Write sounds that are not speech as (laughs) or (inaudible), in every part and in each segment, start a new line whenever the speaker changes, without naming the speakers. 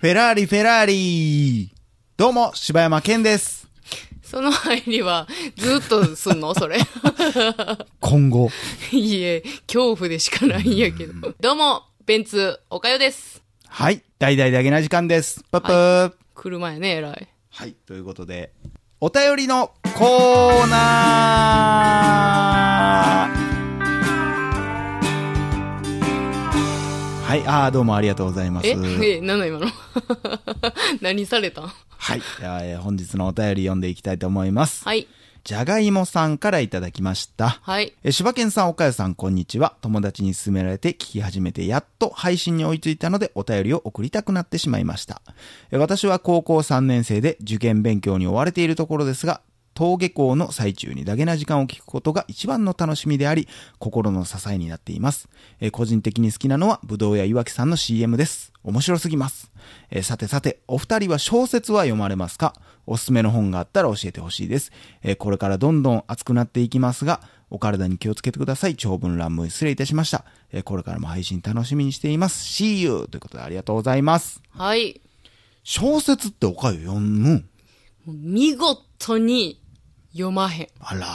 フェラーリ、フェラーリどうも、柴山健です。
その入りは、ずっとすんのそれ。
今後。
いえ、恐怖でしかないんやけど。どうも、ベンツ、おかよです。
はい。大々だけな時間です。ぷっぷー。はい、
車やね、えらい。
ということで、お便りのコーナーはい。あーどうもありがとうございます。
ええ、なの今 (laughs) の何されたん
はい。ではえー本日のお便り読んでいきたいと思います。
はい。
じゃがいもさんからいただきました。
はい。
えー、柴犬さん、岡谷さん、こんにちは。友達に勧められて聞き始めて、やっと配信に追いついたので、お便りを送りたくなってしまいました。えー私は高校3年生で受験勉強に追われているところですが、登下校の最中にダゲな時間を聞くことが一番の楽しみであり、心の支えになっています。えー個人的に好きなのは、ぶどうや岩木さんの CM です。面白すぎます。えーさてさて、お二人は小説は読まれますかおすすめの本があったら教えてほしいです。えーこれからどんどん熱くなっていきますが、お体に気をつけてください。長文乱文失礼いたしました。えーこれからも配信楽しみにしています。See you! ということでありがとうございます。
はい。
小説っておかゆ読む
もう見事に読まへん。
あら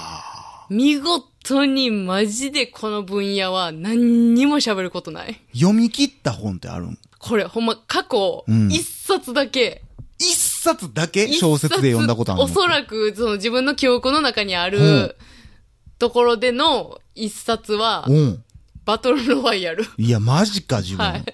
見事にマジでこの分野は何にも喋ることない。
ー。読み切った本ってあるん
これほんま過去
うん
一冊だけ、
一冊だけ
一冊
小説で読んだことあるの
おそらくその自分の記憶の中にあ
うん
るところでの一冊は
うん。
バトルロワイヤル。
いや、マジか、自分。
はい (laughs)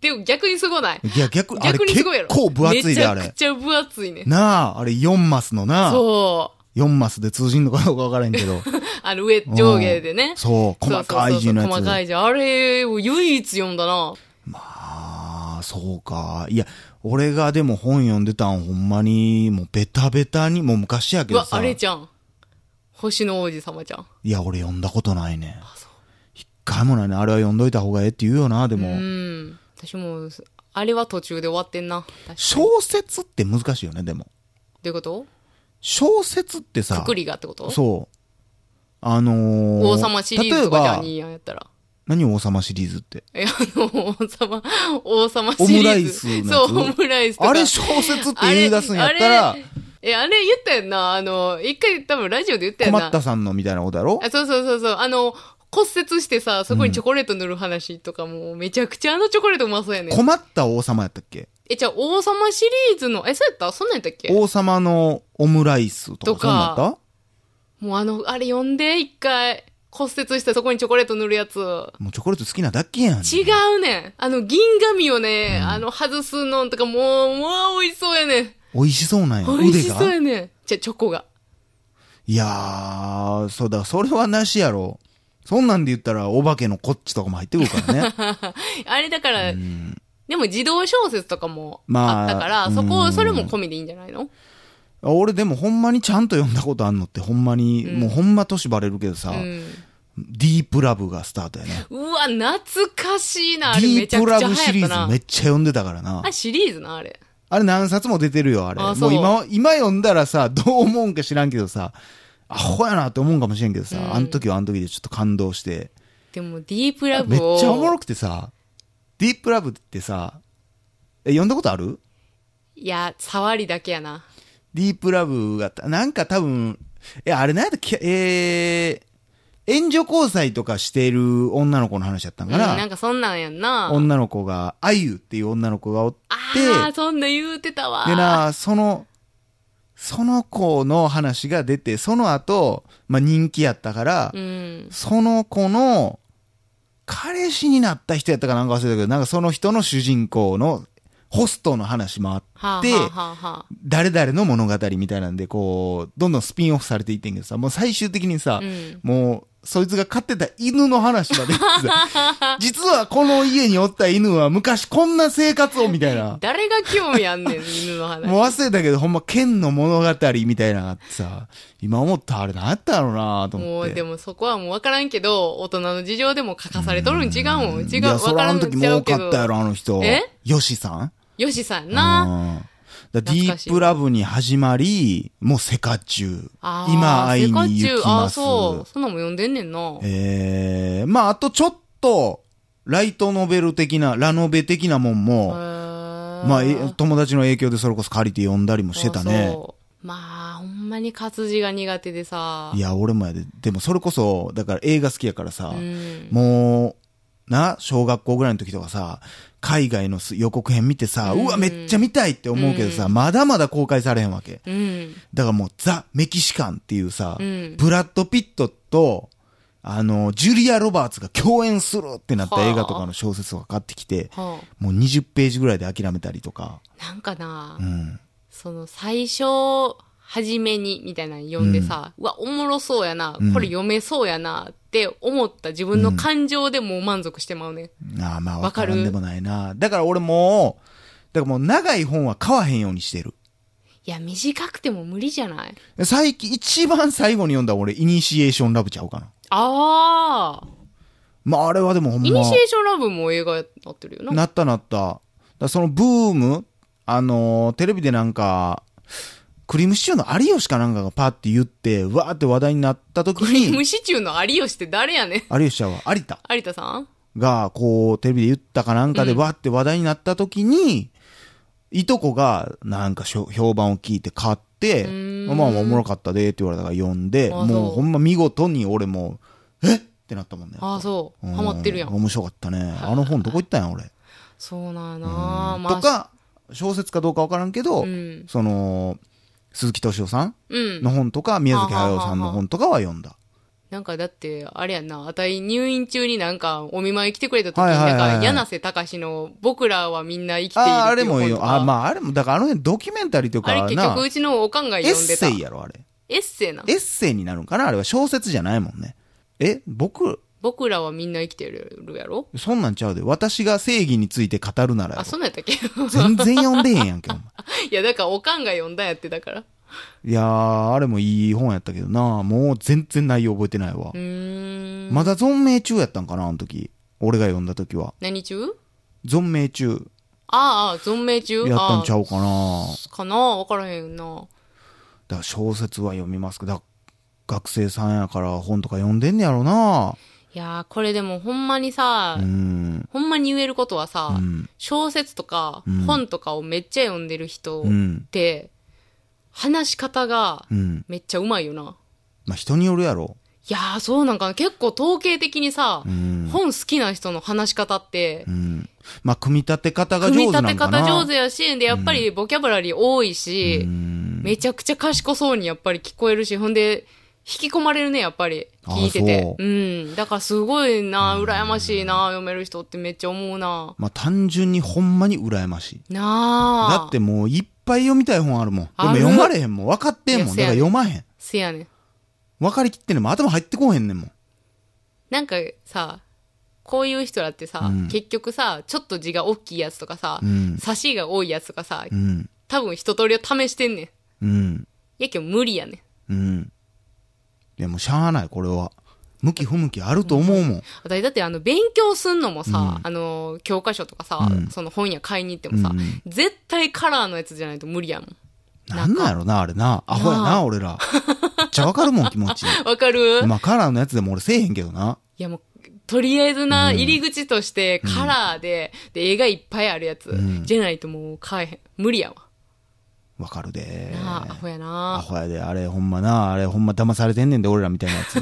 でも逆にすごない。
いや、逆、あれ
逆に
結
すごいやろ。
構分厚いで、あ
めちゃ
れ
く。ちゃ分厚いね。
なあ、あれ4マスのな。
そ
4マスで通じんのかどうか分からへん
(laughs)
けど。
う。あの上上下でね。
そう、細かい字のやつ。
そうそうそう細かい字。あれを唯一読んだな。
ああ、そうか。いや、俺がでも本読んでたんほんまに、もうベタベタに、もう昔やけ
う
ど
わ、
さ。
あれじゃん。星の王子様じゃん。
いや、俺読んだことないねん。一回もないね。あれは読んどいた方がええって言うよな、で
う
も。
ん。私も、あれは途中で終わってんな。確かに
小説って難しいよね、でも。
どういうこと
小説ってさ
く、くりがってこと
そう。あのー、
王様シリーズとかじゃ
例え
あ、
ば、
兄やんやったら。
何王様シリーズって。
え、あの、王様、王様シリーズ。
オムライスのやつ
そう、オムライスとか。
あれ小説って言い出すんやったら
あれ、え、あれ言ったやんな。あの、一回多分ラジオで言ったやんな。
困ったさんのみたいなことだろ
あ、そうそうそうそう。あの、骨折してさ、そこにチョコレート塗る話とかも、めちゃくちゃあのチョコレートうまそうやねん。
困った王様やったっけ
え、じゃあ、王様シリーズの、え、そうやったそんなんやったっけ
王様のオムライスと
と
か、
か
そうなんだった
もうあの、あれ読んで、一回。骨折してそこにチョコレート塗るやつ。
もうチョコレート好きなだけやん。
違うねん。あの、銀紙をね、あの、外すのんとか、もう、もう美味しそうやねん。
美味しそうなんや。
美味しそう
腕が
やねん。じゃあ、チョコが。
いやー、そうだ、それはなしやろ。そんなんで言ったら、お化けのこっちとかも入ってくるから
(laughs)
ね。
あれだから、でも児童小説とかも
まあ
あったから、そうこ、
ん
それも込みでいいんじゃないの
俺でもほんまにちゃんと読んだことあんのって、ほんまに、
うん
もうほんま年バレるけどさ、
うん。
ディープラブがスタートやね。
うわ、懐かしいな、あ
デ
れ
ィ
めち
ー
ゃ
プ
くちゃ
ラ
流
ブシリ
行
ー
っ
ズ
たな
め。っちゃ読んでたからな
あ、。シリーズな、あれ。
あれ何冊も出てるよ、あれ。
あそ
もう今、
う
今読んだらさ、どう思うんか知らんけどさ、アホやなって思うんかもしれんけどさ、
うん
あの時はあの時でちょっと感動して、
でも、ディープラブ
めっ
を。
ちゃおもろくてさ、ディープラブってさ、え、読んだことある
いや、触りだけやな。
ディープラブが、なんか多分、え、あれなんやったっけ、えー、援助交際とかしてる女の子の話やったん
うん、
かな、
なんかそんなんやんな。
女の子が、あゆっていう女の子がおって、
ああ、そんな言うてたわ。
でな、その、その子の話が出て、その後、まあ、人気やったから、
うん。
その子の、彼氏になった人やったかなんか忘れたけど、なんかその人の主人公のホストの話もあって、
はあ、はあはあはあ、
誰々の物語みたいなんで、こう、どんどんスピンオフされていってんけどさ、もう最終的にさ、
うん
もう、そいつが飼ってた犬の話まで
(laughs)
さ実はこの家におった犬は昔こんな生活をみたい
(laughs)
な。
誰が興味あんねん、犬の話。
もう忘れたけど、ほんま、剣の物語みたいなのがあってさ、今思ったらあれ何やったろうなと
も
思っ
う
て。
でもそこはもう分からんけど、大人の事情でも書かされとるん違うもん。違、
いうや、そ
分から
あ
ん
の
の
時
ちゃ
も多
うけ
か
ど
った。やろ、あの人。
え
ヨシさん
よしさん
う
な。
ん。だディ
懐かしい
ープラブに始まり、もうセカチュウ。
あー
今会いに行
セカチュ
き
ウあ
ま
ー
す。
そう。そんなんも読んでんねんな。
えー、まあ、あとちょっと、ライトノベル的な、ラノベ的なもんも、ま
ま
あ、え友達の影響でそれこそ借りて読んだりもしてたね。
まあ、ほんまに活字が苦手でさ。
いや、俺もやで。でもそれこそ、だから映画好きやからさ、
うん。
もう、な、小学校ぐらいの時とかさ、海外のす予告編見てさ、う
うん
わ、めっちゃ見たいって思うけどさ、まだまだ公開されへんわけ。
うん。
だからもう、ザ・メキシカンっていうさ、
うん
ブラッド・ピットと、あの、ジュリア・ロバーツが共演するってなった映画とかの小説とか買ってきて、
は
もう20ページぐらいで諦めたりとか。
あ、なんかな、
うん。
その最初、初めに、みたいなの読んでさ、うわ、おもろそうやな、
うん
これ読めそうやな、って思った自分の感情でもう満足してまうね。
ああ、まあ、わ
わ
か
かる
らんでもないな。だから俺もう、だからもう長い本は買わへんようにしてる。
いや、短くても無理じゃない
最近、一番最後に読んだ俺、イニシエーションラブちゃうかな。
ああ、
まあ、あれはでもほんま。
イニシエーションラブも映画になってるよな。
なったなった。だからそのブーム、あのーテレビでなんか、クリームシチューの有吉かなんかがパって言って、わーって話題になった時
クリーム
に、
シチューの有吉って誰やねん。
有吉ちゃんは有田
有田さん
が、こう、テレビで言ったかなんかで、わーって話題になった時に、いとこが、なんかしょ、評判を聞いて買って、
ー
まあまあ、おもろかったで、って言われたから読んで、
あそう
もうほんま見事に俺も、えってなったもんね。
ああ、そう。
うん
ハマってるやん。
面白かったね。あの本どこ行ったんや、俺。
そうなんやなまあ
とか、小説かどうかわからんけど、
うん
その、鈴木敏夫さん
うん。
の本とか、宮崎駿さんの本とかは読んだ。
なんかだって、あれやんな、あたい入院中になんかお見舞い来てくれた時に、
はいはいはいはい
なんか柳瀬隆の僕らはみんな生きているっていう
ああ、あれも
本
よ
と。か
あ、まあ、あれも、だからあの辺ドキュメンタリーという
あれ
か、
結
な
局、うちのおかんが
エッ
読んでた。
セ
エ
イ
ッ
やろ、あれ。
セイな。
エッセイになるんかなあれは小説じゃないもんね。え、僕、
僕らはみんな生きてるやろ
そんなんちゃうで。私が正義について語るならや
あ、
ろ。
そんなんやったっけ (laughs)
全然読んでへんやんけ、お前。
いや、だからおかんが読んだんやって、だから。
いやー、あれもいい本やったけどな。もう全然内容覚えてないわ
う。ーん。
まだ存命中やったんかな、あの時。俺が読んだ時は。
何中
存命中
ああ、存命中
やったんちゃ
あ
うかな
あかなわからへんな。
だから小説は読みますけどだ学生さんやから本とか読んでんねやろない
やー、これでもほんまにさ、
うん
ほんまに言えることはさ、
うん
小説とか
ん
本とかをめっちゃ読んでる人
う
っ
ん
て、話し方が
うん
めっちゃうまいよな。
まあ人によるやろ
いやー、そうなんかな。結構統計的にさ、
うん
本好きな人の話し方って
う、んまあ組み立て方が
組み
上手な
立て
んかな
方上手やし、で、やっぱりボキャブラリー多いし、
うん
めちゃくちゃ賢そうにやっぱり聞こえるし、ほんで、引き込まれるね、やっぱり。
あ
聞いてて。
そう
うん。だからすごいな、羨ましいな、読める人ってめっちゃ思うな。
まあ単純にほんまに羨ましい
なあ。
だってもういっぱい読みたい本あるもんでも
ある
読まれへんもん分かってんもん
い
だ
や
から
せやね
読まへん
せやねん。
分かりきってんねんもん頭入ってこうへんねんもん
なんかさ、こういう人らってさ、
うん
結局さ、ちょっと字が大きいやつとかさ、
うん
差しが多いやつとかさ
う、ん
多分一通りを試してんねん。
うん
やけん無理やねん。
うんいやもうしゃあないこれは向き不向きあると思うもん
私だってあの、勉強すんのもさ、あの、教科書とかさ、
うん
その本屋買いに行ってもさ、
うん
絶対カラーのやつじゃないと無理やもん。
なんなんやろな、あれな。アホや
な
な、俺ら。めっちゃわかる
(laughs)
もん、気持ち。
わかる、い
まあ、カラーのやつでも俺せえへんけどな。
やもう、とりあえずな、入り口としてカラーで、で、絵がいっぱいあるやつ、
ん
じゃないともう買えへん。無理やわ。
わかるで。
なあ、アホや
ア
な。
ホやで、あれほんまな、あれほんま騙されてんねんで、俺らみたいなや
(laughs)
つ。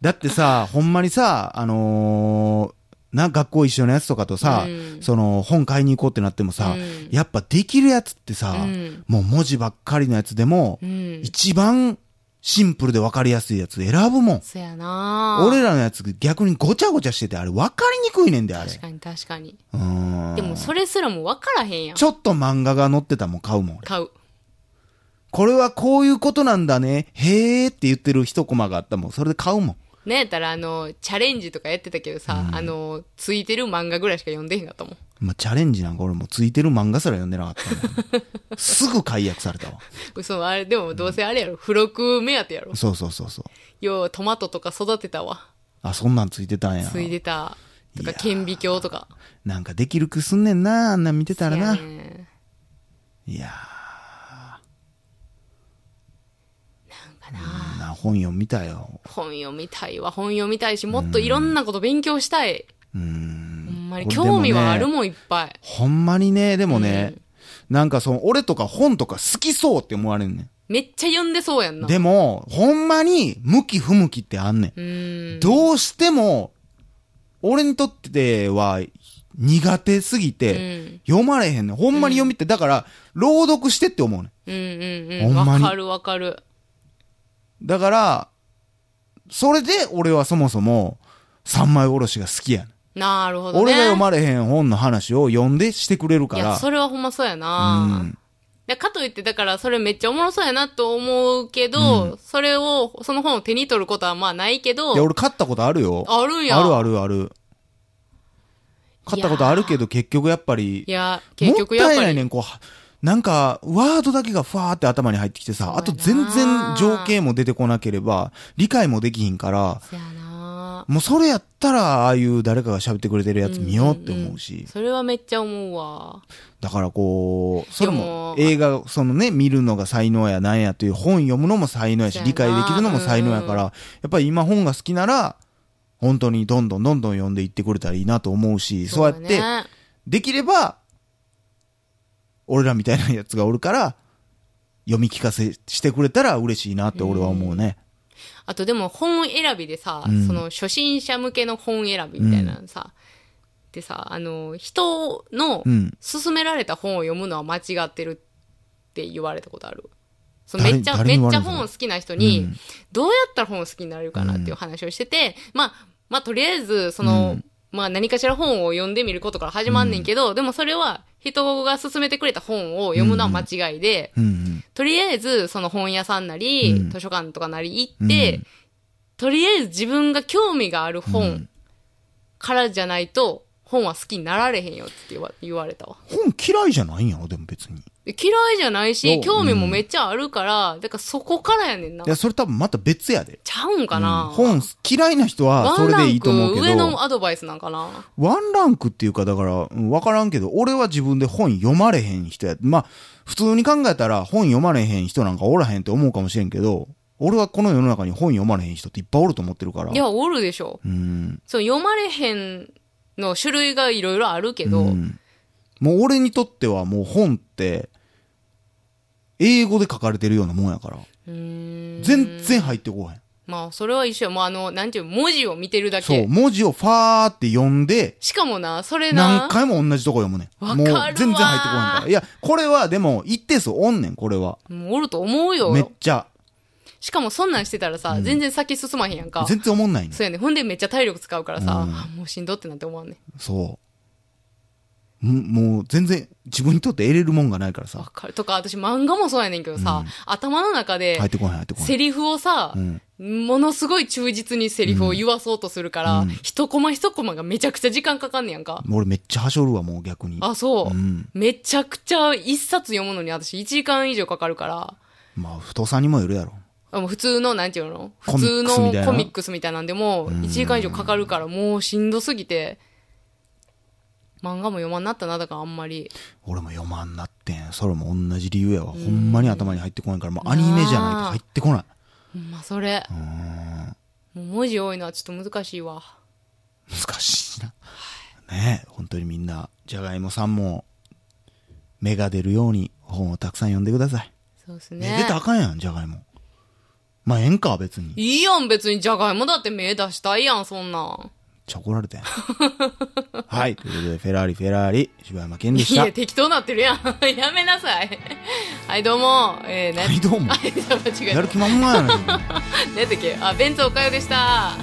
だってさ、ほんまにさ、あのーな、学校一緒のやつとかとさ、
うん
その、本買いに行こうってなってもさ、
うん
やっぱできるやつってさ、
うん
もう文字ばっかりのやつでも、
うん。
一番シンプルでわかりやすいやつ選ぶもん。
そやな。
俺らのやつ逆にごちゃごちゃしてて、あれ分かりにくいねんで、あれ
確。かに確かに。
うーん
でもそれすらも分からへんやん
ち。ょっと漫画が載ってたもん買うもん俺。
買う。
これはこういうことなんだね。へーって言ってる一コマがあったもん。それで買うもん。
なんやったらあの、チャレンジとかやってたけどさ、あの、ついてる漫画ぐらいしか読んでへんかったもん。
まあ、チャレンジなんか俺もついてる漫画すら読んでなかったもん。
(laughs)
すぐ解約されたわ。
嘘、あれ、でもどうせあれやろ。付録目当てやろ。
そうそうそうそう。
よう、トマトとか育てたわ。
あ、そんなんついてたんや。
ついでた。と
い
か、
やー
顕微鏡とか。
なんかできる気すんねんな、あんなん見てたらな。
せやね
いやー。なんかな。本読みたよ。
本読みたいわ。本読みたいし、もっといろんなこと勉強したい。
うーん。
んまに
これでもね
興味はあるもんいっぱい。
ほんまにね、でもね、なんかその、俺とか本とか好きそうって思われるね
めっちゃ読んでそうやん
ん。
な。
でも、ほんまに、向き不向きってあんねん。
うーん。
どうしても、俺にとっては、苦手すぎて、
うん
読まれへんねん。ほんまに読みって、だから、朗読してって思うねん。
うんうん
ほ
うんん。
ま
わ
に
かるわかる。
だから、それで俺はそもそも、三枚おろしが好きやねん。
なるほどね。
俺が読まれへん本の話を読んでしてくれるか
いや、
ら。
それはほんまそうや
う。
なんでかといって、だからそれめっちゃおもろそうやなと思うけど、それを、その本を手に取ることはまあないけど
いや、、俺買ったことあるよ。
あるんや。
あるあるある。買ったことあるけど、結局やっぱり
い、や、結局やっ
もったい
ぱ
ない
り。
ねん、こうは、なんか、ワードだけがふわーって頭に入ってきて
そ
さ、
うやな
あと全然情景も出てこなければ、理解もできひんから、
そうやな
もうそれやったら、ああいう誰かが喋ってくれてるやつ見ようって思うし、
それはめっちゃ思うわ。
だからこう、それ
で
も
も
映画、そのね、見るのが才能やなんやという本読むのも才能やし、
そう
理
やな
解できるのも才能やから、やっぱり今本が好きなら、本当にどんどんどんどん読んでいってくれたらいいなと思うし、そうやっ
だ
て、
ね
できれば、俺らみたいなやつがおるから、読み聞かせしてくれたら嬉しいなって俺は思うね。
あとでも本選びでさ、
うん
その初心者向けの本選びみたいなのさ、でさ、あの、人の
うん
勧められた本を読むのは間違ってるって言われたことある。その
誰
めっちゃ、
誰
め
に言
っ
わ
ち
れた
ゃ
の
本好きな人に、
うん
どうやったら本好きになれるかなっていう話をしてて、まあ、まあとりあえず、そ
う
の、
ん
まあ何かしら本を読んでみることから始まんねんけど、でもそれは人が勧めてくれた本を読むのは間違いで、
うんうん。
とりあえず、その本屋さんなり、
うん
図書館とかなり行って、
うん
とりあえず自分が興味がある
う
本
ん
からじゃないと、本は好きになられへんよって言わ言われたわ。
本嫌いじゃないんやろ、でも別に。い
で嫌いじゃない
そう
し、興味もめっちゃあるから、だからそこからやねんな。
や、それ多分また別やで。
ちゃうんか
うん
な、
本嫌いな人は
ワ
そ
ン
れ
ラ
でい
ン
いと
ク
思うけど。
上のアドバイスなんかな
ワンランクっていうか、だから、うんわからんけど、俺は自分で本読まれへん人や。まあ、普通に考えたら本読まれへん人なんかおらへんって思うかもしれんけど、俺はこの世の中に本読まれへん人っていっぱいおると思ってるから。
いや、おるでしょ。
うん。
そう、読まれへんの種類がいろいろあるけど、
うんもう俺にとってはもう本って、英語で書かれてるようなもんやから、
うーん
全然入ってこへ
まあ、それは一緒や。もうあの、なんていうの、文字を見てるだ
ん。そう、
け。
文字をファーって読んで、
しかもな、それ
何
な。
回も同じとこ読むね
わか
ん。もう
るわ
全然入ってこへんから。いや、これはでも一定数おんねん、これは。
もうおると思う
めっ
よ。
ちゃ。
しかもそんなんしてたらさ、全然先進まへんやんか。
全然思んないねん
そうやね。ほんでめっちゃ体力使うからさ、
うん
あもうしんどってなって思わんね。
そう。んもう全然自分にとって得れるもんがないから
わ
さ。
かる。とか、私漫画もそうやねんけどさ、頭の中で
入っ、てこない入ってこない。
セリフをさ、
うん
ものすごい忠実にセリフを言わそうとするから、一コマ一コマがめちゃくちゃ時間かかんねやんか。
俺めっちゃはしょるわ、もう逆に。
あ、そう。
うん
めちゃくちゃ一冊読むのに私1時間以上かかるから、
まあ、太さにもよるやろ。
あもう普通の、なんていうの
コ
普
ミ
通
ック
の
スみたいな
コミックスみたいなんでも、1時間以上かかるから、もうしんどすぎて、漫画も読まんなったな、だからあんまり。
俺も読まんなってん。それも同じ理由やわ。ほんまに頭に入ってこないから、もうアニメじゃないと入ってこない。
ほんまあ、それ。もう文字多いのはちょっと難しいわ。
難しいな。ねえ、本当にみんな、じゃがいもさんも、芽が出るように本をたくさん読んでください。
そうです
芽
ね。
出たらあかんやん、じゃがいも。まあ、ええんか、別に。
いいやん、別にじゃがいもだって目出したいやん、そんなん。
ちゃ怒られたやん。はい。ということで、フェラーリ、フェラーリ、柴山健でし
い
た。
や、適当なってるやん。 (laughs) やめなさい。はい、どうも。えー、な (laughs)
はい、どうも。
はい、じゃあ間違え
やる
た。
気満々やねん。
何やったっけあ、弁当おかよでした。